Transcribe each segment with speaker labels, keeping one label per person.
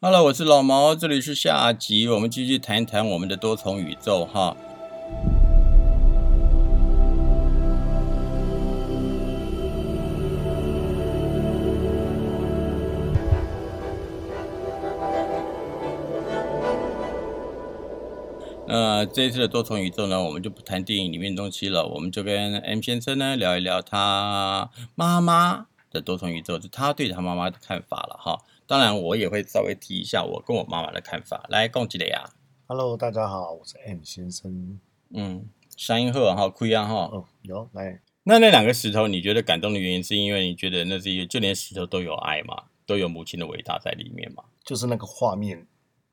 Speaker 1: Hello，我是老毛，这里是下集，我们继续谈一谈我们的多重宇宙哈。那这一次的多重宇宙呢，我们就不谈电影里面的东西了，我们就跟 M 先生呢聊一聊他妈妈的多重宇宙，就他对他妈妈的看法了哈。当然，我也会稍微提一下我跟我妈妈的看法。来，共几类啊？
Speaker 2: Hello，大家好，我是 M 先生。
Speaker 1: 嗯，山鹰鹤哈，亏啊哈。
Speaker 2: 哦，有来，
Speaker 1: 那那两个石头，你觉得感动的原因，是因为你觉得那是一个就连石头都有爱嘛，都有母亲的伟大在里面嘛？
Speaker 2: 就是那个画面，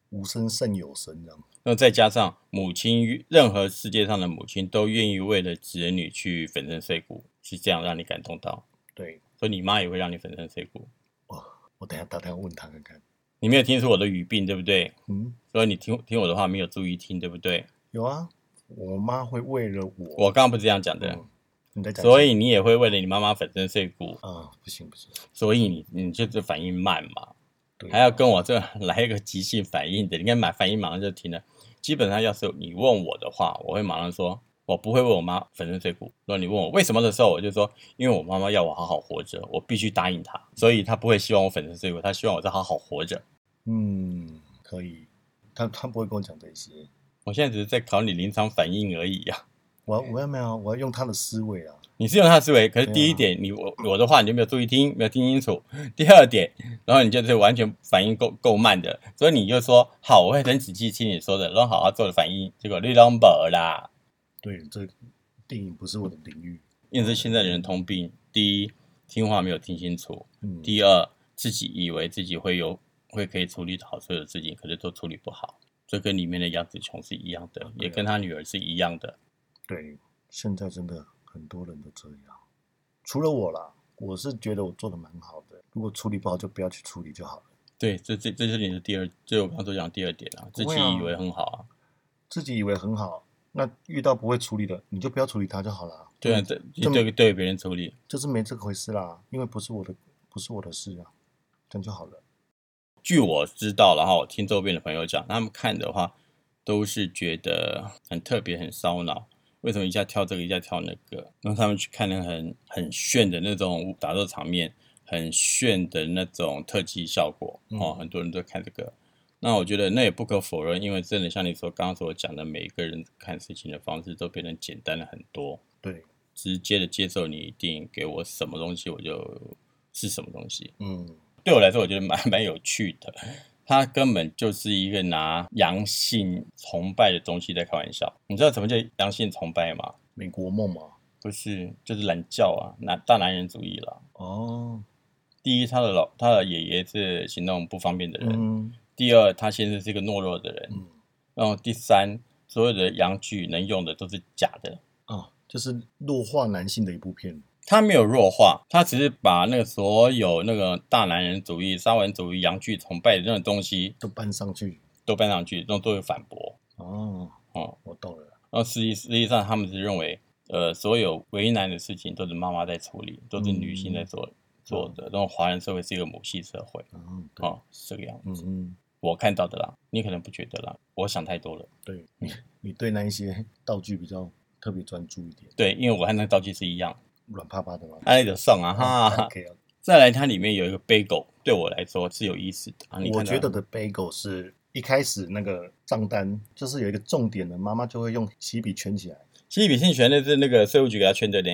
Speaker 2: 无声胜有声，这样。
Speaker 1: 那再加上母亲，任何世界上的母亲都愿意为了子女去粉身碎骨，是这样让你感动到，
Speaker 2: 对，哦
Speaker 1: 所以你妈也会让你粉身碎骨。
Speaker 2: 我等一下打电话问他看看。
Speaker 1: 你没有听出我的语病对不对？
Speaker 2: 嗯，
Speaker 1: 所以你听听我的话没有注意听对不对？
Speaker 2: 有啊，我妈会为了我，
Speaker 1: 我刚刚不是这样讲的
Speaker 2: 嗯，你在讲什么，
Speaker 1: 所以你也会为了你妈妈粉身碎骨。
Speaker 2: 啊，不行不行，
Speaker 1: 所以你你就是反应慢嘛，
Speaker 2: 对
Speaker 1: 还要跟我这来一个即兴反应的，你看买反应马上就停了。基本上要是你问我的话，我会马上说，我不会为我妈粉身碎骨。如果你问我为什么的时候，我就说，因为我妈妈要我好好活着，我必须答应她，所以她不会希望我粉身碎骨，她希望我再好好活着。
Speaker 2: 嗯，可以。他他不会跟我讲这些，
Speaker 1: 我现在只是在考你临场反应而已啊。
Speaker 2: 我要我要没有，我要用他的思维啊。
Speaker 1: 你是用他的思维，可是
Speaker 2: 对啊
Speaker 1: 第一点，你我我的话你就没有注意听，没有听清楚。 第二点，然后你就是完全反应够够慢的，所以你就说好，我会很仔细听你说的，然后好好做的反应。结果绿龙宝啦，
Speaker 2: 对，这电影不是我的领域。
Speaker 1: 因为是现在的人通病：第一，听话没有听清楚；
Speaker 2: 嗯，
Speaker 1: 第二，自己以为自己会有会可以处理好所有事情，可是都处理不好。这跟里面的杨子琼是一样的，
Speaker 2: 啊
Speaker 1: 也跟他女儿是一样的。
Speaker 2: 对，现在真的很多人都这样，除了我啦，我是觉得我做的蛮好的。如果处理不好，就不要去处理就好了。
Speaker 1: 对，这这这是你的第二，这我刚刚所讲的第二点啊，自己
Speaker 2: 不会啊
Speaker 1: 以为很好啊。
Speaker 2: 自己以为很好，那遇到不会处理的，你就不要处理它就好啦。
Speaker 1: 对啊，
Speaker 2: 嗯
Speaker 1: 这
Speaker 2: 这
Speaker 1: 对对别人处理，
Speaker 2: 就是没这个回事啦，因为不是我的，不是我的事啊，这样就好了。
Speaker 1: 据我知道，然后我听周边的朋友讲，他们看的话都是觉得很特别、很烧脑。为什么一下跳这个，一下跳那个？让他们去看那个很很炫的那种打斗场面，很炫的那种特技效果哦，
Speaker 2: 嗯
Speaker 1: 很多人都看这个。那我觉得那也不可否认，因为真的像你所刚刚所讲的，每一个人看事情的方式都变得简单了很多，
Speaker 2: 对，
Speaker 1: 直接的接受你一定给我什么东西，我就是什么东西。
Speaker 2: 嗯，
Speaker 1: 对我来说，我觉得蛮 蛮有趣的。他根本就是一个拿阳性崇拜的东西在开玩笑。你知道什么叫阳性崇拜吗？
Speaker 2: 美国梦嘛。
Speaker 1: 不是，就是懒觉啊，男大男人主义了。
Speaker 2: 哦，
Speaker 1: 第一，他的老他的爷爷是行动不方便的人；
Speaker 2: 嗯
Speaker 1: 第二，他先生是一个懦弱的人；
Speaker 2: 嗯，
Speaker 1: 然后第三，所有的阳具能用的都是假的。
Speaker 2: 哦，就是弱化男性的一部片。
Speaker 1: 他没有弱化，他只是把那个所有那个大男人主义、沙文主义、阳具崇拜的那种东西
Speaker 2: 都搬上去。
Speaker 1: 都搬上去，然后作为反驳。
Speaker 2: 哦，
Speaker 1: 哦，
Speaker 2: 我懂了。
Speaker 1: 然后实际实际上他们是认为，呃，所有为难的事情都是妈妈在处理，都是女性在做、做的。然后华人社会是一个母系社会，
Speaker 2: 嗯，对，
Speaker 1: 哦，是这个样
Speaker 2: 嗯
Speaker 1: 子。
Speaker 2: 嗯，
Speaker 1: 我看到的啦，你可能不觉得啦，我想太多了。
Speaker 2: 对，你你对那一些道具比较特别专注一点，
Speaker 1: 对，因为我和那个道具是一样，
Speaker 2: 软趴趴的嘛。
Speaker 1: 按那个送啊哈。
Speaker 2: OK 啊，
Speaker 1: 再来，它里面有一个 bagel，对我来说是有意思的啊。你
Speaker 2: 我
Speaker 1: 看到
Speaker 2: 觉得的 bagel 是一开始那个账单，就是有一个重点的，妈妈就会用起笔圈起来。
Speaker 1: 其实比性权的是那个税务局给他圈的呢，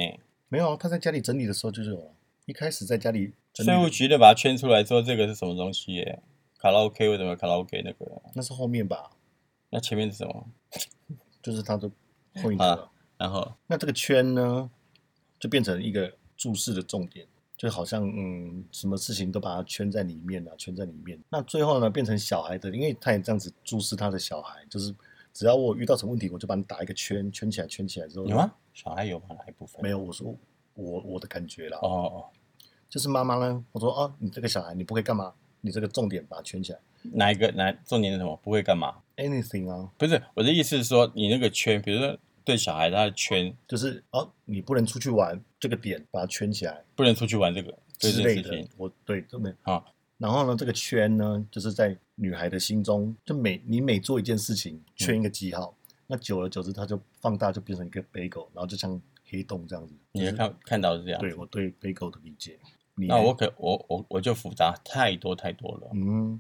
Speaker 2: 没有啊，她在家里整理的时候就是有啊，一开始在家里整理
Speaker 1: 税务局的把它圈出来，说这个是什么东西耶？卡拉 OK 为什么有卡拉 OK 那个？
Speaker 2: 那是后面吧，
Speaker 1: 那前面是什么？
Speaker 2: 就是她的后影
Speaker 1: 好
Speaker 2: 了。
Speaker 1: 然后
Speaker 2: 那这个圈呢，就变成一个注视的重点。就好像嗯，什么事情都把它圈在里面啊，圈在里面。那最后呢，变成小孩的，因为他也这样子注视他的小孩，就是只要我遇到什么问题，我就把你打一个圈，圈起来，圈起来之后，
Speaker 1: 有吗？小孩有吗？哪一部分？
Speaker 2: 啊没
Speaker 1: 有。
Speaker 2: 有，我说我我的感觉啦，
Speaker 1: 哦哦，
Speaker 2: 就是妈妈呢，我说哦，你这个小孩你不会干嘛？你这个重点把它圈起来
Speaker 1: 哪一个？哪重点是什么？不会干嘛？
Speaker 2: ，anything 啊，
Speaker 1: 不是我的意思是说，你那个圈，比如说对小孩他的圈，
Speaker 2: 就是哦，你不能出去玩，这个点把它圈起来
Speaker 1: 不能出去玩这个这
Speaker 2: 之
Speaker 1: 件
Speaker 2: 类
Speaker 1: 事
Speaker 2: 的
Speaker 1: 情。
Speaker 2: 我对都没有。
Speaker 1: 啊。
Speaker 2: 然后呢，这个圈呢，就是在女孩的心中，就每你每做一件事情，
Speaker 1: 嗯
Speaker 2: 圈一个记号。那久而久之，它就放大，就变成一个 bagel，然后就像黑洞这样子。
Speaker 1: 你
Speaker 2: 就是
Speaker 1: 的看看到是这样。
Speaker 2: 嗯对我对 bagel 的理解，你
Speaker 1: 那
Speaker 2: 呢
Speaker 1: 我可我我我就复杂太多太多了。
Speaker 2: 嗯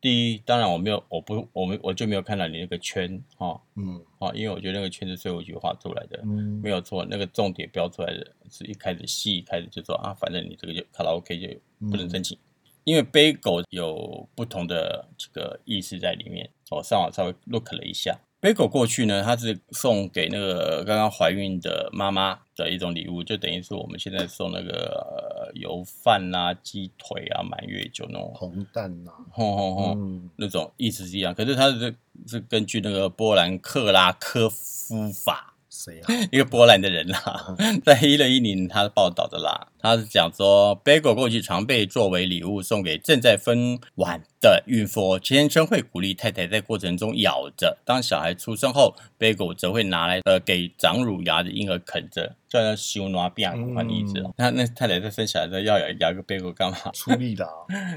Speaker 1: 第一，当然我没有，我不，我们我就没有看到你那个圈哈
Speaker 2: 嗯
Speaker 1: 啊，因为我觉得那个圈是碎我去画出来的，
Speaker 2: 嗯
Speaker 1: 没有错。那个重点标出来的是一开始戏一开始就说啊，反正你这个就卡拉 OK 就不能申请，因为背狗有不同的这个意思在里面。我上网稍微 look 了一下，背狗过去呢，它是送给那个刚刚怀孕的妈妈的一种礼物，就等于是我们现在送那个、呃油饭啊、鸡腿啊、满月酒那种，
Speaker 2: 红蛋呐、
Speaker 1: 吼吼吼。
Speaker 2: 嗯
Speaker 1: 那种意思是一样，可是它是是根据那个波兰克拉科夫法，
Speaker 2: 谁啊？
Speaker 1: 一个波兰的人啦，在一六一零他报道的啦，他是讲说，bagel 过去常被作为礼物送给正在分娩的孕妇，哦先生会鼓励太太在过程中咬着，当小孩出生后，bagel 则会拿来呃给长乳牙的婴儿啃着，叫他修拿变换意思哦。那那太太在生小孩的时候要咬咬一个 bagel 干嘛？
Speaker 2: 出力的、啊、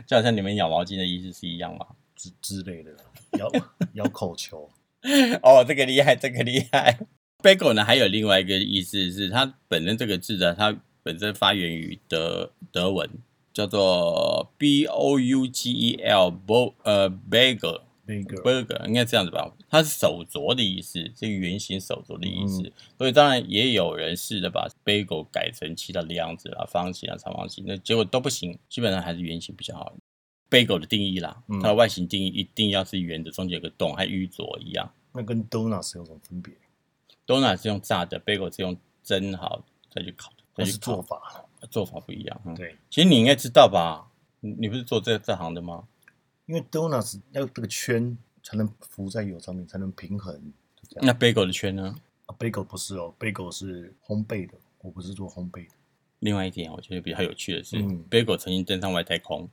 Speaker 1: 就好像你们咬毛巾的意思是一样吗？
Speaker 2: 之之类的，咬咬口球。
Speaker 1: 哦，这个厉害，这个厉害。bagel 呢，还有另外一个意思是，它本身这个字呢，它本身发源于德德文，叫做 b o u g e l bo 呃 bagel
Speaker 2: bagel
Speaker 1: burger 应该这样子吧？它是手镯的意思，是圆形手镯的意思。
Speaker 2: 嗯
Speaker 1: 所以当然也有人试着把 bagel 改成其他的样子啦，方形啊、长方形，那结果都不行，基本上还是圆形比较好。bagel 的定义啦，
Speaker 2: 嗯
Speaker 1: 它的外形定义一定要是圆的，中间有个洞，和玉镯一样。
Speaker 2: 那跟 donuts 有什么分别？
Speaker 1: donut 是用炸的，bagel 是用蒸好再去烤的，再
Speaker 2: 那哦是
Speaker 1: 去
Speaker 2: 做
Speaker 1: 烤，
Speaker 2: 法。
Speaker 1: 做法不一样。嗯，
Speaker 2: 对，
Speaker 1: 其实你应该知道吧？你你不是做这这行的吗？
Speaker 2: 因为 donuts 要这个圈才能浮在油上面，才能平衡。
Speaker 1: 那 bagel 的圈呢？
Speaker 2: 啊，bagel 不是哦，bagel 是烘焙的，我不是做烘焙的。
Speaker 1: 另外一点，我觉得比较有趣的是、
Speaker 2: 嗯
Speaker 1: b a g e l 曾经登上外太空，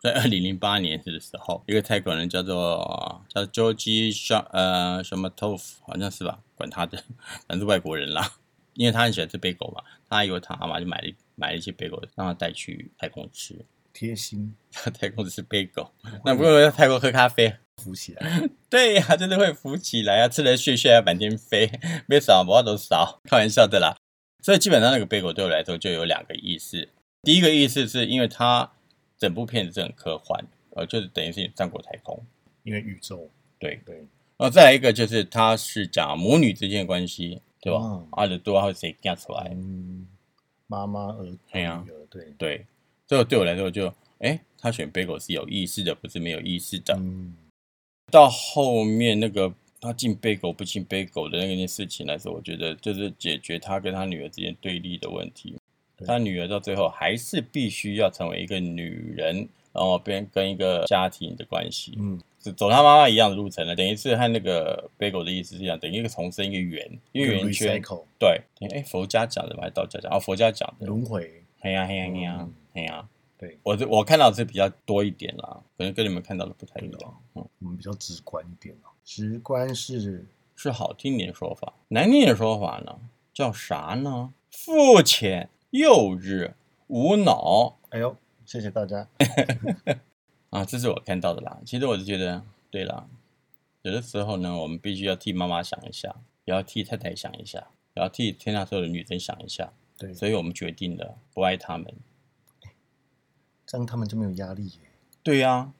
Speaker 1: 在二零零八年的时候，一个泰国人叫做叫 George 呃什么 Tof，好像是吧？管他的，反正是外国人啦。因为他很喜欢吃 bagel 嘛，他有他阿妈就买了买了一些 bagel 让他带去太空吃，
Speaker 2: 贴心
Speaker 1: 太空吃 bagel，那不如在泰国喝咖啡，
Speaker 2: 浮起 来，
Speaker 1: 对呀、真的会浮起来啊，吃了血血满天飞， 没少毛都少，开玩笑的啦。所以基本上那个 bagel 对我来说就有两个意思，第一个意思是因为它整部片子是很科幻，呃，就是等于是上过太空，
Speaker 2: 因为宇宙
Speaker 1: 对。
Speaker 2: 对，
Speaker 1: 然后再来一个就是它是讲母女之间的关系，对吧
Speaker 2: 嗯？
Speaker 1: 阿的多啊会谁干出来？
Speaker 2: 嗯，妈妈儿女
Speaker 1: 哎呀
Speaker 2: 儿对，
Speaker 1: 对，所以对我来说就，哎，他选 bagel 是有意思的，不是没有意思的。
Speaker 2: 嗯，
Speaker 1: 到后面那个他进背狗不进背狗的那件事情来说，我觉得就是解决他跟他女儿之间对立的问题
Speaker 2: 对。
Speaker 1: 他女儿到最后还是必须要成为一个女人，然后变跟一个家庭的关系，
Speaker 2: 嗯，
Speaker 1: 是走他妈妈一样的路程了，等于是和那个背狗的意思是一样，等于一个重生一个圆，一个
Speaker 2: 跟
Speaker 1: 圆圈，
Speaker 2: recycle
Speaker 1: 对，哎，佛家讲的嘛，还是道家讲的？哦，佛家讲的，
Speaker 2: 轮回，
Speaker 1: 嘿呀嘿呀嘿呀
Speaker 2: 嗯
Speaker 1: 嘿呀，
Speaker 2: 对
Speaker 1: 我这我看到的是比较多一点啦，可能跟你们看到的不太一
Speaker 2: 对
Speaker 1: 样
Speaker 2: 啊，
Speaker 1: 嗯。
Speaker 2: 我们比较直观一点哦。直观是
Speaker 1: 是好听点说法，难听点说法呢，叫啥呢？肤浅、幼稚、无脑
Speaker 2: 哎呦，谢谢大家。
Speaker 1: 哎啊，这是我看到的啦。其实我是觉得，对啦，有的时候呢，我们必须要替妈妈想一下，也要替太太想一下，也要替天下所有的女生想一下。
Speaker 2: 对，
Speaker 1: 所以我们决定了不爱他们。
Speaker 2: 这样他们就没有压力耶，
Speaker 1: 对呀、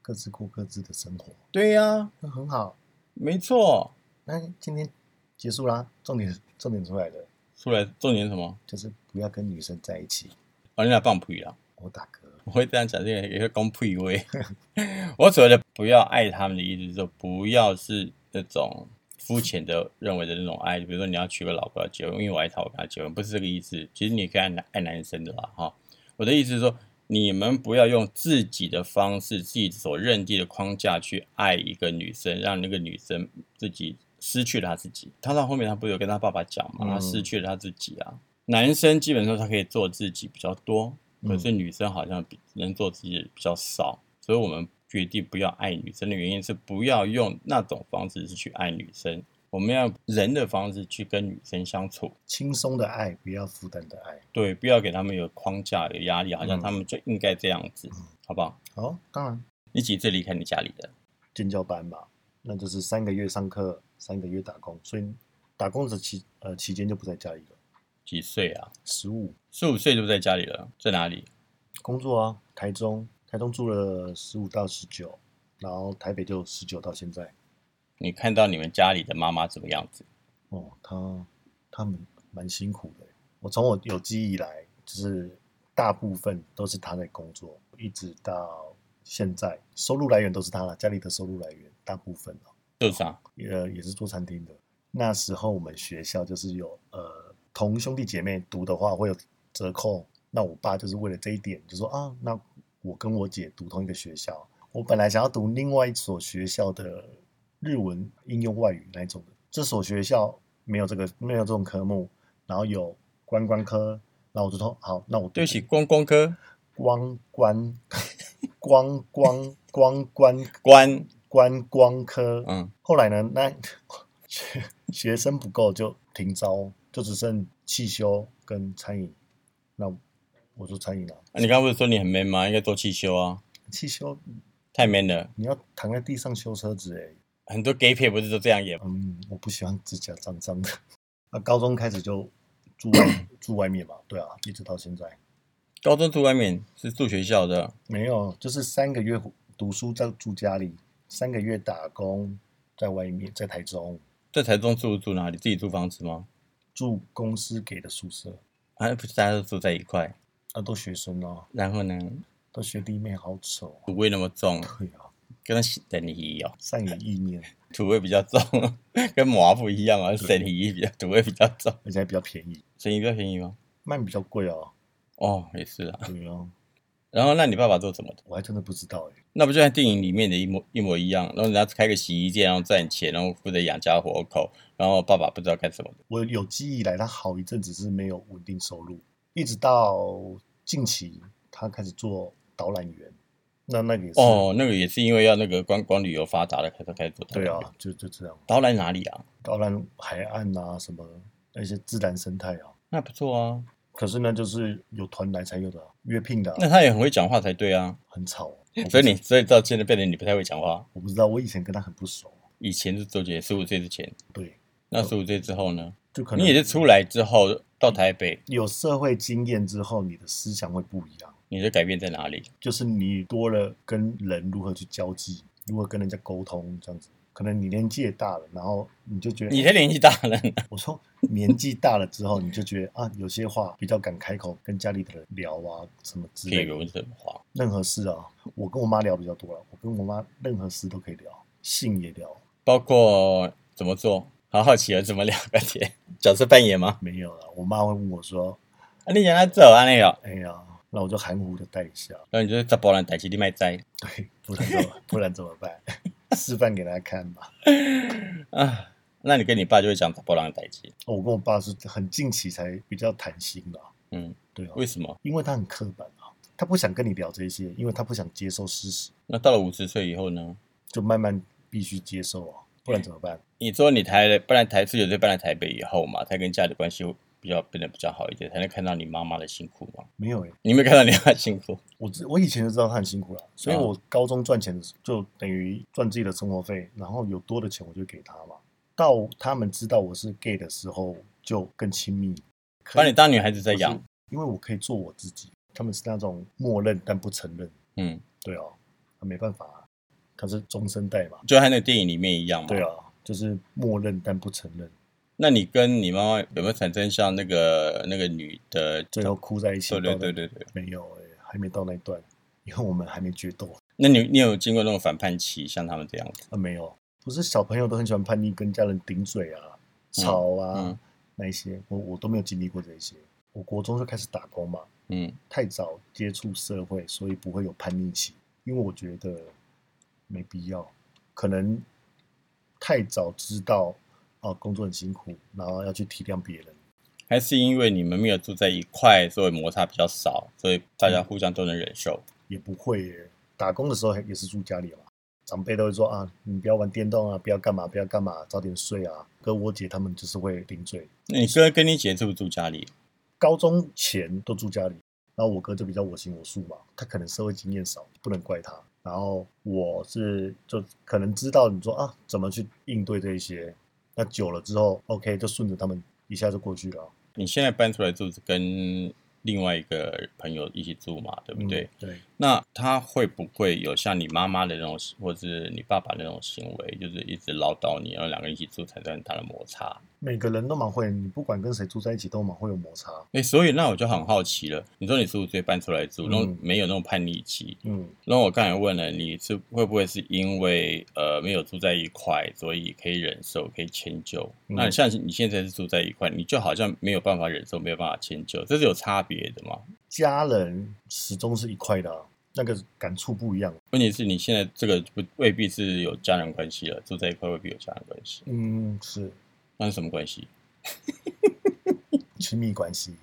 Speaker 2: 各自过各自的生活，
Speaker 1: 对呀、
Speaker 2: 那很好。
Speaker 1: 没错。
Speaker 2: 那今天结束啦，重点重点出来了，
Speaker 1: 出来重点是什么？
Speaker 2: 就是不要跟女生在一起。
Speaker 1: 哦，你俩放屁啦！
Speaker 2: 我打嗝，
Speaker 1: 我会这样讲，这个也会公配位。 我所谓的不要爱他们的意思，是说不要是那种肤浅的认为的那种爱，比如说你要娶个老婆要结婚，因为我爱她，我跟她结婚，不是这个意思。其实你也可以爱男爱男生的啦，哈。我的意思是说，你们不要用自己的方式、自己所认定的框架去爱一个女生，让那个女生自己失去了她自己。她到后面，她不是有跟她爸爸讲嘛，
Speaker 2: 嗯
Speaker 1: 她失去了她自己啊。男生基本上他可以做自己比较多，
Speaker 2: 嗯
Speaker 1: 可是女生好像比能做自己的比较少，所以我们决定不要爱女生的原因是不要用那种方式是去爱女生，我们要人的方式去跟女生相处。
Speaker 2: 轻松的爱，不要负担的爱。
Speaker 1: 对，不要给他们有框架、有压力，好像
Speaker 2: 嗯
Speaker 1: 他们就应该这样子，好不好？
Speaker 2: 好、当然
Speaker 1: 你几岁离开你家里的？
Speaker 2: 建教班嘛，那就是三个月上课，三个月打工，所以打工的期呃期间就不在家里了。
Speaker 1: 几岁啊？
Speaker 2: 十五
Speaker 1: 十五岁就不在家里了，在哪里？
Speaker 2: 工作啊，台中，台中住了十五到十九，然后台北就十九到现在。
Speaker 1: 你看到你们家里的妈妈怎么样子？
Speaker 2: 哦，他他们蛮辛苦的。我从我有记忆以来，就是大部分都是他在工作，一直到现在，收入来源都是他了，家里的收入来源大部分哦，
Speaker 1: 就是啊，
Speaker 2: 呃，也是做餐厅的。那时候我们学校就是有呃，同兄弟姐妹读的话会有折扣，那我爸就是为了这一点，就说啊，那我跟我姐读同一个学校，我本来想要读另外一所学校的日文应用外语那一种的，这所学校没有这个没有这种科目，然后有观光科，然后我就说好，那我读
Speaker 1: 对不起，观光科
Speaker 2: 光观 光光光观
Speaker 1: 关，
Speaker 2: 观光科，
Speaker 1: 嗯，
Speaker 2: 后来呢，那 学学生不够就停招，就只剩汽修跟餐饮。那我说餐饮了、
Speaker 1: 啊你刚刚不是说你很 man 吗？应该做汽修啊，
Speaker 2: 汽修
Speaker 1: 太 man 了。
Speaker 2: 你要躺在地上修车子哎、
Speaker 1: 很多 gay 片不是都这样演吗？
Speaker 2: 嗯，我不喜欢指甲脏脏的。 那高中开始就住外住外面嘛，对啊，一直到现在
Speaker 1: 高中住外面是住学校的，
Speaker 2: 没有，就是三个月读书在住家里，三个月打工在外面，在台中
Speaker 1: 在台中住住哪里？自己租房子吗？
Speaker 2: 住公司给的宿舍，
Speaker 1: 啊，不是，大家都住在一块。
Speaker 2: 啊，都学生哦，
Speaker 1: 然后呢，
Speaker 2: 都学弟妹好丑哦，
Speaker 1: 土味那么重，
Speaker 2: 对啊，
Speaker 1: 跟等你一样。
Speaker 2: 善于意念。
Speaker 1: 土味比较重，跟麻不一样啊，沈怡比较土味比较重，
Speaker 2: 而且还比较便宜，
Speaker 1: 沈怡比较便宜吗？
Speaker 2: 卖比较贵哦。
Speaker 1: 哦，也是啊。
Speaker 2: 对哦，
Speaker 1: 然后那你爸爸做什么的？
Speaker 2: 我还真的不知道哎。
Speaker 1: 那不就像电影里面的一模一模一样？然后人家开个洗衣店，然后赚钱，然后负责养家活口，然后爸爸不知道干什么的。
Speaker 2: 我有记忆以来，他好一阵子是没有稳定收入，一直到近期他开始做导览员，那那个也是，
Speaker 1: 哦，那个也是因为要那个观光旅游发达了，开始开始做。
Speaker 2: 对啊，，就就这样，
Speaker 1: 导览哪里啊？
Speaker 2: 导览海岸啊什么那些自然生态啊。
Speaker 1: 那不错啊，
Speaker 2: 可是呢，就是有团来才有的啊、约聘的啊、
Speaker 1: 那他也很会讲话才对啊。
Speaker 2: 很吵啊、
Speaker 1: 所以你所以到现在变成你不太会讲话。
Speaker 2: 我不知道，我以前跟他很不熟，
Speaker 1: 以前是周杰，十五岁之前，
Speaker 2: 对，
Speaker 1: 那十五岁之后呢？
Speaker 2: 就可能
Speaker 1: 你也是出来之后到台北，
Speaker 2: 有社会经验之后，你的思想会不一样。
Speaker 1: 你的改变在哪里？
Speaker 2: 就是你多了跟人如何去交际，如何跟人家沟通这样子。可能你年纪也大了，然后你就觉得，哎
Speaker 1: 你才年纪大了，
Speaker 2: 我说年纪大了之后，你就觉得啊，有些话比较敢开口跟家里的人聊啊，什么之
Speaker 1: 譬
Speaker 2: 类的。
Speaker 1: 如什么话？
Speaker 2: 任何事啊，我跟我妈聊比较多了，我跟我妈任何事都可以聊，性也聊，
Speaker 1: 包括怎么做？好好奇哦，怎么聊个天？角色扮演吗？
Speaker 2: 没有了。我妈会问我说，
Speaker 1: 啊，你让他走啊，那个，
Speaker 2: 哎呀，那我就含糊的带一下，
Speaker 1: 然后你就是砸波兰逮起你卖栽
Speaker 2: 对，不然怎么不然怎么办？ 示范给大家看吧。
Speaker 1: 啊。那你跟你爸就会讲砸波兰逮起，
Speaker 2: 哦我跟我爸是很近期才比较谈心的啊，
Speaker 1: 嗯，
Speaker 2: 对啊。
Speaker 1: 为什么？
Speaker 2: 因为他很刻板啊，他不想跟你聊这些，因为他不想接受事实，
Speaker 1: 那到了五十岁以后呢？
Speaker 2: 就慢慢必须接受啊，不
Speaker 1: 嗯
Speaker 2: 然怎么办？
Speaker 1: 你说你台搬来台自由队搬来台北以后嘛，才跟家里关系会比较变得比较好一点，才能看到你妈妈的辛苦嘛。
Speaker 2: 没有诶、欸
Speaker 1: 你有没有看到你妈的辛苦？
Speaker 2: 我知我以前就知道他很辛苦了，所以
Speaker 1: 啊
Speaker 2: 我高中赚钱的时候就等于赚自己的生活费，然后有多的钱我就给他嘛。到他们知道我是 gay 的时候，就更亲密，可
Speaker 1: 把
Speaker 2: 以
Speaker 1: 你当女孩子在
Speaker 2: 不
Speaker 1: 养
Speaker 2: 是，因为我可以做我自己。他们是那种默认但不承认，
Speaker 1: 嗯，
Speaker 2: 对啊，没办法、啊，他是中生代嘛，
Speaker 1: 就和那个电影里面一样嘛。
Speaker 2: 对啊，就是默认但不承认，
Speaker 1: 那你跟你妈妈有没有产生像那个那个女的？
Speaker 2: 最后哭在一起。
Speaker 1: 对对
Speaker 2: 抱在
Speaker 1: 对对对。
Speaker 2: 没有诶、还没到那一段，因为我们还没决斗
Speaker 1: 那你你有经过那种反叛期，像他们这样子？
Speaker 2: 啊，没有。不是小朋友都很喜欢叛逆，跟家人顶嘴啊、吵啊、
Speaker 1: 嗯
Speaker 2: 那一些，我我都没有经历过这一些。我国中就开始打工嘛，
Speaker 1: 嗯
Speaker 2: 太早接触社会，所以不会有叛逆期。因为我觉得没必要，可能太早知道哦，工作很辛苦，然后要去体谅别人。
Speaker 1: 还是因为你们没有住在一块，所以摩擦比较少，所以大家互相都能忍受。
Speaker 2: 也不会耶。打工的时候也是住家里嘛，长辈都会说啊，你不要玩电动啊，不要干嘛，不要干嘛，早点睡啊。哥我姐他们就是会顶嘴。
Speaker 1: 那你哥跟你姐住不住家里？
Speaker 2: 高中前都住家里，然后我哥就比较我行我素嘛，他可能社会经验少，不能怪他。然后我是就可能知道你说啊，怎么去应对这一些，那久了之后，OK 就顺着他们一下就过去了。
Speaker 1: 你现在搬出来住是跟另外一个朋友一起住嘛，对不对？
Speaker 2: 嗯、对，
Speaker 1: 那他会不会有像你妈妈的那种，或是你爸爸那种行为，就是一直唠叨你，然后两个人一起住产生很大的摩擦？
Speaker 2: 每个人都蛮会，你不管跟谁住在一起都蛮会有摩擦。
Speaker 1: 哎，所以那我就很好奇了。你说你十五岁搬出来住，
Speaker 2: 嗯
Speaker 1: 然后没有那种叛逆期，
Speaker 2: 嗯，
Speaker 1: 然后我刚才问了，你是会不会是因为呃没有住在一块，所以可以忍受，可以迁就？
Speaker 2: 嗯
Speaker 1: 那像你现在是住在一块，你就好像没有办法忍受，没有办法迁就，这是有差别的嘛？
Speaker 2: 家人始终是一块的啊、那个感触不一样。
Speaker 1: 问题是你现在这个不未必是有家人关系了，住在一块未必有家人关系，
Speaker 2: 嗯，是
Speaker 1: 那是什么关系？
Speaker 2: 亲密关系，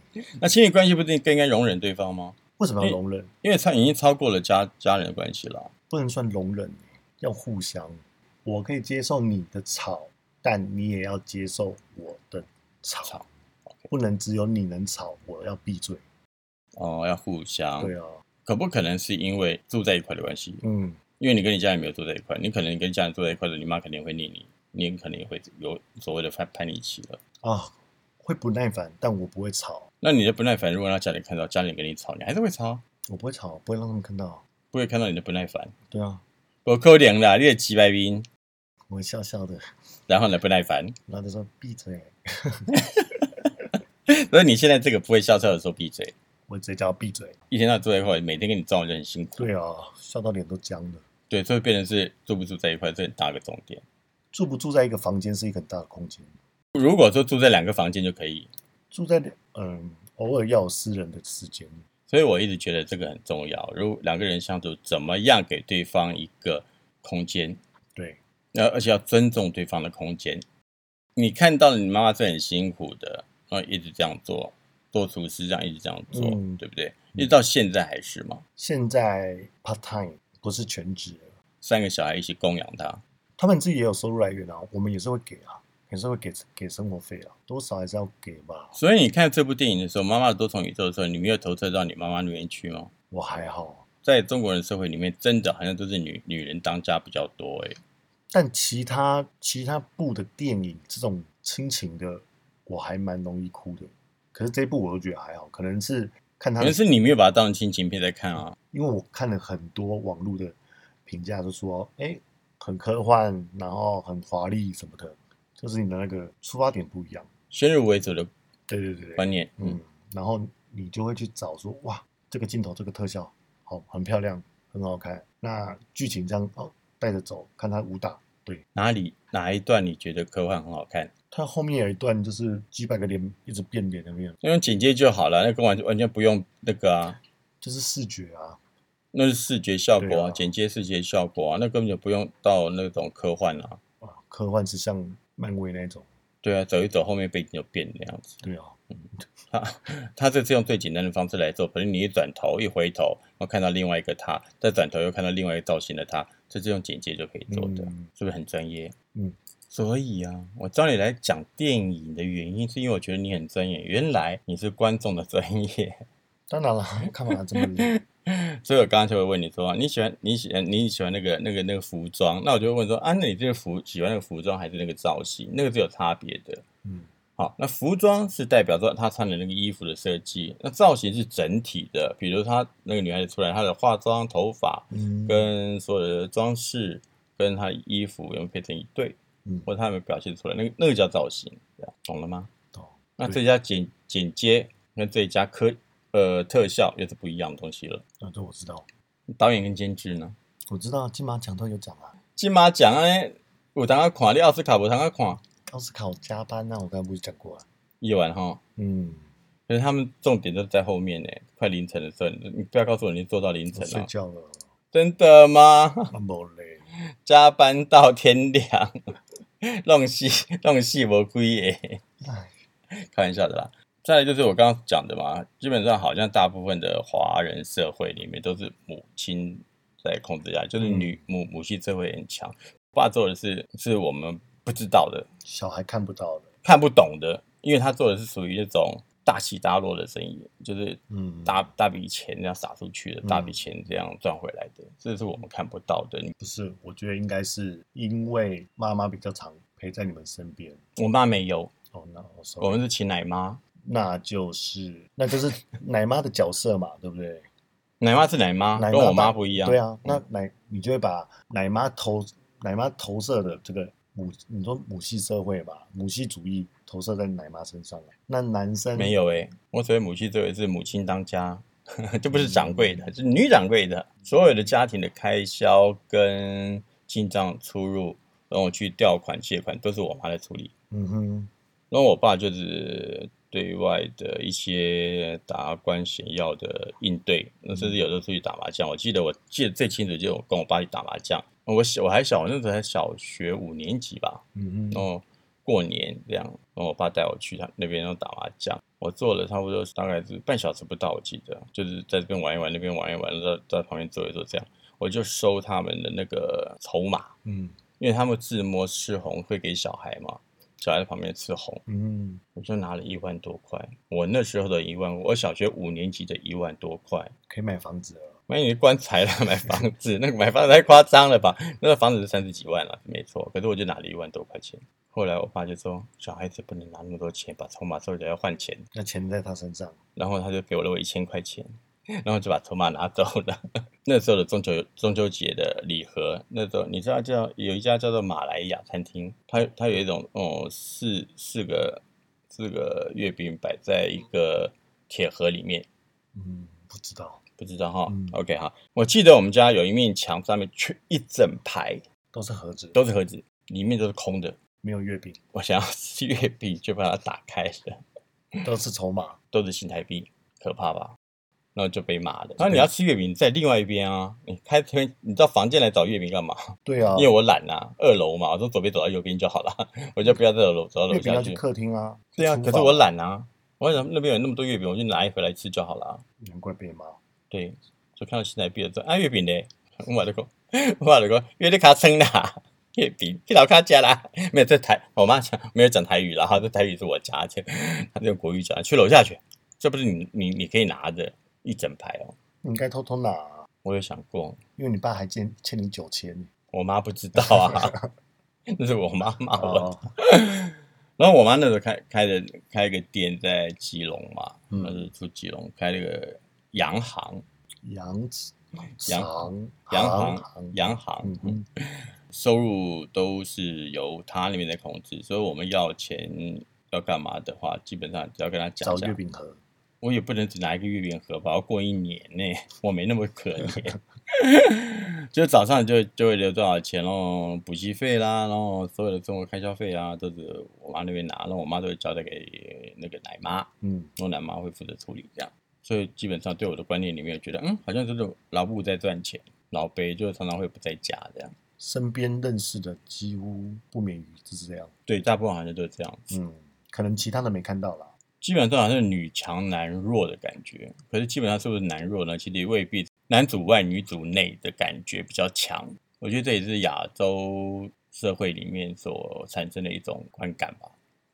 Speaker 1: 那亲密关系不是更应该容忍对方吗？
Speaker 2: 为什么要容忍？
Speaker 1: 因为他已经超过了家家人的关系了啊。
Speaker 2: 不能算容忍，要互相。我可以接受你的吵，但你也要接受我的吵，
Speaker 1: 吵
Speaker 2: 不能只有你能吵，我要闭嘴。
Speaker 1: 哦，要互相。
Speaker 2: 对啊，
Speaker 1: 可不可能是因为住在一块的关系？
Speaker 2: 嗯，
Speaker 1: 因为你跟你家人没有住在一块，你可能跟家人住在一块的，你妈肯定会念你，你可能也会有所谓的叛叛逆期了。
Speaker 2: 啊，会不耐烦，但我不会吵，
Speaker 1: 那你的不耐烦，如果让家里看到，家里跟你吵，你还是会吵，
Speaker 2: 我不会吵，不会让他们看到。
Speaker 1: 不会看到你的不耐烦。
Speaker 2: 对啊，
Speaker 1: 我扣两啦，你的几百兵，
Speaker 2: 我会笑笑的，
Speaker 1: 然后呢不耐烦，
Speaker 2: 然后就说闭嘴，
Speaker 1: 所以你现在这个不会笑笑的时候闭嘴，
Speaker 2: 我直接叫他闭嘴。
Speaker 1: 一天到晚住在一块，每天跟你撞我就很辛苦。
Speaker 2: 对啊，笑到脸都僵了。
Speaker 1: 对，所以变成是住不住在一块，这很大的重点。
Speaker 2: 住不住在一个房间是一个很大的空间，
Speaker 1: 如果说住在两个房间就可以，
Speaker 2: 住在嗯，偶尔要有私人的时间。
Speaker 1: 所以我一直觉得这个很重要。如果两个人相处，怎么样给对方一个空间，
Speaker 2: 对，
Speaker 1: 那而且要尊重对方的空间。你看到你妈妈是很辛苦的，然后一直这样做，做厨师这样一直这样做，
Speaker 2: 嗯
Speaker 1: 对不对？一直到现在还是嘛，
Speaker 2: 现在 part time 不是全职了，
Speaker 1: 三个小孩一起供养她，
Speaker 2: 他们自己也有收入来源啊，我们也是会给啊，也是会给给生活费啊，多少还是要给吧。
Speaker 1: 所以你看这部电影的时候，《妈妈的多重宇宙》的时候，你没有投射到你妈妈那边去吗？
Speaker 2: 我还好，
Speaker 1: 在中国人社会里面，真的好像都是女女人当家比较多欸诶、
Speaker 2: 但其他其他部的电影这种亲情的，我还蛮容易哭的。可是这一部我都觉得还好，可能是看他
Speaker 1: 可能
Speaker 2: 的，
Speaker 1: 是你没有把它当成亲情片在看啊。
Speaker 2: 因为我看了很多网络的评价，就说哎、诶很科幻，然后很华丽什么的，就是你的那个出发点不一样。
Speaker 1: 先入为主的
Speaker 2: 对对对对，
Speaker 1: 观念，嗯
Speaker 2: 嗯，，然后你就会去找说，哇，这个镜头、这个特效好，很漂亮，很好看。那剧情这样哦，带着走，看他武打。对
Speaker 1: 哪里哪一段你觉得科幻很好看？
Speaker 2: 他后面有一段就是几百个脸一直变脸的那个，
Speaker 1: 那用简介就好了，那根本就完全不用那个啊，
Speaker 2: 就是视觉啊，
Speaker 1: 那是视觉效果啊，
Speaker 2: 对啊
Speaker 1: 简介视觉效果啊，那根本就不用到那种科幻啊。
Speaker 2: 啊，科幻是像漫威那种。
Speaker 1: 对啊，走一走，后面背景就变那样子。
Speaker 2: 对啊，
Speaker 1: 他他这是用最简单的方式来做，可是你一转头一回头，我看到另外一个他，再转头又看到另外一个造型的他，这是用简介就可以做的，
Speaker 2: 嗯
Speaker 1: 是不是很专业？
Speaker 2: 嗯，
Speaker 1: 所以啊，我找你来讲电影的原因，是因为我觉得你很专业，原来你是观众的专业。
Speaker 2: 当 然了，干嘛这么累？
Speaker 1: 所以我刚刚就会问你说，你喜欢你喜欢你喜欢那个那个那个服装，那我就会问说啊，那你这个服喜欢那个服装还是那个造型？那个是有差别的。
Speaker 2: 嗯，
Speaker 1: 好，那服装是代表说她穿的那个衣服的设计，那造型是整体的，比如她那个女孩子出来，她的化妆、头发
Speaker 2: 嗯，
Speaker 1: 跟所有的装饰，跟她的衣服有没有配成一对，
Speaker 2: 嗯
Speaker 1: 或者她有没有表现出来，那个那个叫造型，这样懂了吗？
Speaker 2: 懂。
Speaker 1: 那
Speaker 2: 对
Speaker 1: 最佳剪剪接跟最佳科呃特效又是不一样的东西了。
Speaker 2: 啊，这我知道，
Speaker 1: 导演跟监制呢？
Speaker 2: 我知道金马奖都有奖啊，
Speaker 1: 金马奖哎，有当啊看，你奥斯卡无当啊看，
Speaker 2: 奥斯卡我加班那、我刚才不是讲过啊？
Speaker 1: 夜晚哈，
Speaker 2: 嗯，
Speaker 1: 可是他们重点都在后面呢，快凌晨的时候，你你不要告诉我你做到凌晨
Speaker 2: 我睡
Speaker 1: 了，
Speaker 2: 觉了，
Speaker 1: 真的吗？
Speaker 2: 啊，没嘞，
Speaker 1: 加班到天亮，弄戏弄戏无归耶，
Speaker 2: 哎，
Speaker 1: 开玩笑的啦。再来就是我刚刚讲的嘛，基本上好像大部分的华人社会里面都是母亲在控制下，就是女、
Speaker 2: 嗯
Speaker 1: 母母系社会很强，爸做的是是我们不知道的，
Speaker 2: 小孩看不到的，
Speaker 1: 看不懂的，因为他做的是属于那种大起大落的生意，就是
Speaker 2: 嗯
Speaker 1: 大大笔钱这样撒出去的，
Speaker 2: 嗯
Speaker 1: 大笔钱这样赚回来的，这是我们看不到的。
Speaker 2: 不是，我觉得应该是因为妈妈比较常陪在你们身边。
Speaker 1: 我妈没有，
Speaker 2: 哦，那我
Speaker 1: 我
Speaker 2: sorry，
Speaker 1: 们是请奶妈，
Speaker 2: 那就是那就是奶妈的角色嘛，对 不对？
Speaker 1: 奶妈是奶妈，
Speaker 2: 奶
Speaker 1: 啊跟我
Speaker 2: 把
Speaker 1: 妈不一样。嗯
Speaker 2: 对啊，那奶你就会把奶妈投奶妈投射的这个母，你说母系社会吧，母系主义投射在奶妈身上。那男生
Speaker 1: 没有诶、欸我所谓母系作为是母亲当家， 这不是掌柜的，是女掌柜的。所有的家庭的开销跟进账出入，然后去调款借款，都是我妈在处理。
Speaker 2: 嗯哼，
Speaker 1: 然后我爸就是对外的一些达官显要的应对，那甚至有时候出去打麻将。我记得我记得最清楚就是我跟我爸去打麻将，我小我还小，我那时候才小学五年级吧，
Speaker 2: 嗯
Speaker 1: 然
Speaker 2: 哼，
Speaker 1: 后过年这样，然后我爸带我去他那边然后打麻将，我坐了差不多大概是半小时不到，我记得就是在这边玩一玩，那边玩一玩，在在旁边坐一坐这样，我就收他们的那个筹码，
Speaker 2: 嗯
Speaker 1: 因为他们自摸吃红会给小孩嘛，小孩在旁边吃红，
Speaker 2: 嗯，
Speaker 1: 我就拿了一万多块，我那时候的一万，我小学五年级的一万多块。
Speaker 2: 可以买房子了。
Speaker 1: 买你的棺材啦，买房子， 那个买房子太夸张了吧？那个房子是三十几万了，没错。可是我就拿了一万多块钱。后来我爸就说，小孩子不能拿那么多钱，把筹码收起来要换钱。
Speaker 2: 那钱在他身上，
Speaker 1: 然后他就给了我一千块钱， 然后就把筹码拿走了。 那时候的中秋中秋节的礼盒，那时候你知道叫有一家叫做马来亚餐厅，它它有一种哦四四个四个月饼摆在一个铁盒里面，
Speaker 2: 嗯，不知道，
Speaker 1: 不知道哈、
Speaker 2: 嗯
Speaker 1: o k 哈，我记得我们家有一面墙上面全一整排
Speaker 2: 都是盒子，
Speaker 1: 都是盒子，里面都是空的。
Speaker 2: 没有月饼，
Speaker 1: 我想要吃月饼，就把它打开了，
Speaker 2: 都是筹码。
Speaker 1: 都是新台币，可怕吧？然后就被骂了。然后你要吃月饼，在另外一边啊，你开天，你到房间来找月饼干嘛？
Speaker 2: 对啊，
Speaker 1: 因为我懒啊，二楼嘛，我从左边走到右边就好了， 我就不要在二楼走到
Speaker 2: 月
Speaker 1: 楼
Speaker 2: 饼
Speaker 1: 下
Speaker 2: 要去
Speaker 1: 去。
Speaker 2: 客厅啊。
Speaker 1: 对啊，
Speaker 2: 厨
Speaker 1: 可是
Speaker 2: 房
Speaker 1: 我，懒啊，我想那边有那么多月饼，我就拿一回来吃就好了啊。
Speaker 2: 难怪被骂。
Speaker 1: 对，就看到新台币了，说啊月饼嘞，我买了个，我买了个月饼卡称啦，月饼去老卡家啦，没有在台，我妈讲没有讲台语啦，哈，这台语是我家的，她用国语讲，去楼下去，这不是你你你可以拿的一整排哦，
Speaker 2: 你应该偷偷拿啊，
Speaker 1: 我有想过，
Speaker 2: 因为你爸还欠欠你九千。
Speaker 1: 我妈不知道 啊，那是我妈骂啊我的，
Speaker 2: 哦，
Speaker 1: 然后我妈那时候开开的开一个店在基隆嘛，
Speaker 2: 嗯
Speaker 1: 那是住基隆，开那个洋行，
Speaker 2: 洋
Speaker 1: 洋
Speaker 2: 行
Speaker 1: 洋行
Speaker 2: 行，
Speaker 1: 洋行
Speaker 2: 嗯，哼，
Speaker 1: 收入都是由他那边在控制，所以我们要钱要干嘛的话，基本上只要跟他讲
Speaker 2: 找
Speaker 1: 一
Speaker 2: 月
Speaker 1: 下。
Speaker 2: 饼盒。
Speaker 1: 我也不能只拿一个月饼盒吧，我要过一年呢、我没那么可怜。 就早上就就会留多少钱喽，补习费啦，然后所有的生活开销费啊，都是我妈那边拿，然后我妈都会交代给那个奶妈。
Speaker 2: 嗯，
Speaker 1: 我奶妈会负责处理这样，所以基本上对我的观念里面，觉得嗯，好像就是老布在赚钱，老贝就常常会不在家这样。
Speaker 2: 身边认识的几乎不免于是这样。
Speaker 1: 对，大部分好像都是这样子，
Speaker 2: 嗯，可能其他的没看到啦。
Speaker 1: 基本上好像是女强男弱的感觉。可是基本上是不是男弱呢？其实也未必，男主外女主内的感觉比较强。我觉得这也是亚洲社会里面所产生的一种观感吧，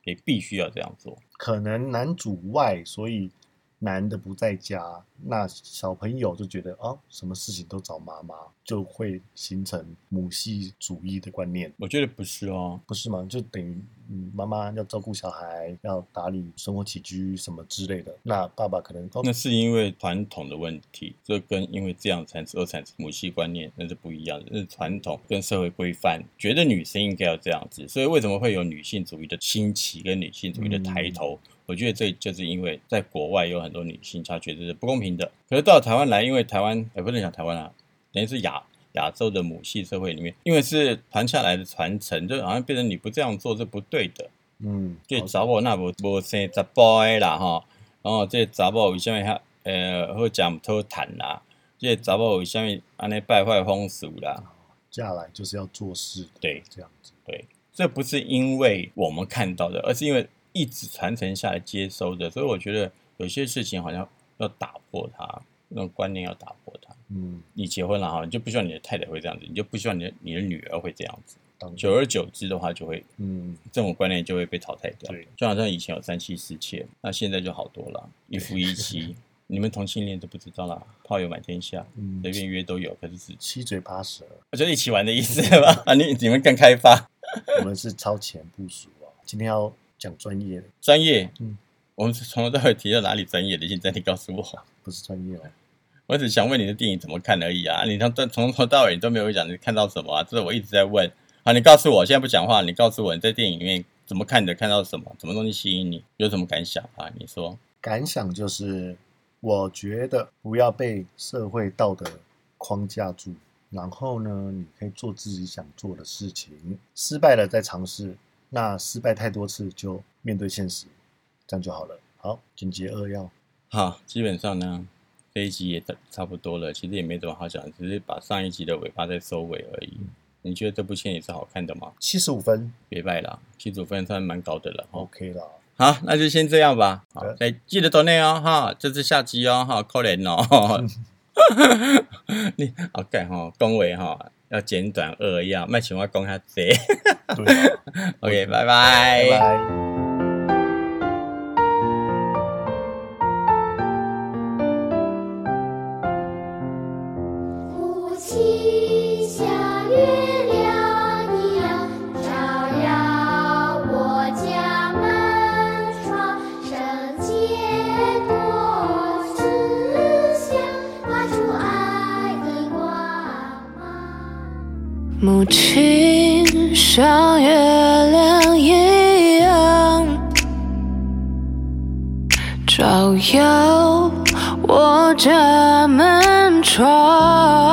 Speaker 1: 也必须要这样做。
Speaker 2: 可能男主外，所以男的不在家，那小朋友就觉得哦，什么事情都找妈妈，就会形成母系主义的观念。
Speaker 1: 我觉得不是哦，
Speaker 2: 不是吗？就等于嗯，妈妈要照顾小孩，要打理生活起居什么之类的。那爸爸可能哦，
Speaker 1: 那是因为传统的问题，这跟因为这样产生而产生母系观念那是不一样的，那是传统跟社会规范觉得女生应该要这样子，所以为什么会有女性主义的兴起跟女性主义的抬头？我觉得这就是因为在国外有很多女性，她觉得是不公平的。可是到台湾来，因为台湾也、不能讲台湾啊，等于是亚亚洲的母系社会里面，因为是传下来的传承，就好像变成你不这样做是不对的，
Speaker 2: 嗯，
Speaker 1: 对，
Speaker 2: 好
Speaker 1: 查某那无无生查甫的啦吼，然后这个查某为什么较呃好食毋讨趁啦？这个查某为什么安尼败坏风俗啦？
Speaker 2: 接下来就是要做事的，
Speaker 1: 对
Speaker 2: 这样子，
Speaker 1: 这不是因为我们看到的，而是因为一直传承下来接收的。所以我觉得有些事情好像要打破它，那种观念要打破它。
Speaker 2: 嗯，
Speaker 1: 你结婚了哈，你就不希望你的太太会这样子，你就不希望你的你的女儿会这样子。
Speaker 2: 当然
Speaker 1: 久而久之的话，就会
Speaker 2: 嗯，
Speaker 1: 这种观念就会被淘汰掉
Speaker 2: 对。
Speaker 1: 就好像以前有三妻四妾，那现在就好多了，一夫一 妻。你们同性恋都不知道啦，炮友满天下，
Speaker 2: 嗯
Speaker 1: 随便约都有，可是只
Speaker 2: 七嘴八舌，
Speaker 1: 我就一起玩的意思吧？ 啊，你你们更开发
Speaker 2: 我们是超前部署啊。今天要讲专业的，
Speaker 1: 专业，
Speaker 2: 嗯
Speaker 1: 我们从头到尾提到哪里专业的，现在你告诉我，
Speaker 2: 不是专业哦，
Speaker 1: 我只想问你的电影怎么看而已啊！你从从头到尾你都没有讲你看到什么啊？这是我一直在问。好，你告诉我，现在不讲话，你告诉我你在电影里面怎么看的，看到什么，什么东西吸引你，有什么感想啊？你说，
Speaker 2: 感想就是，我觉得不要被社会道德框架住，然后呢，你可以做自己想做的事情，失败了再尝试，那失败太多次就面对现实，这样就好了。好，紧急扼要，
Speaker 1: 好，基本上呢，这一集也差差不多了，其实也没什么好讲，只是把上一集的尾巴再收尾而已。你觉得这部片也是好看的吗？
Speaker 2: 七十五分
Speaker 1: 别拜啦，七组分算蛮高的了哦。
Speaker 2: ，OK 啦，
Speaker 1: 好，那就先这样吧。好
Speaker 2: 好的，
Speaker 1: 再记得 d 内哦，哈，这次下集哦，哈，可 怜哦。你 OK 哈、哦，恭维哈，要简短扼要，卖请我讲较济。
Speaker 2: 对啊，
Speaker 1: OK，拜拜
Speaker 2: 拜拜。
Speaker 3: 呼吸下月亮一样，照耀我家门窗。圣洁多慈祥，发出爱的光芒。
Speaker 4: 母亲像月亮一样，照耀我家门窗。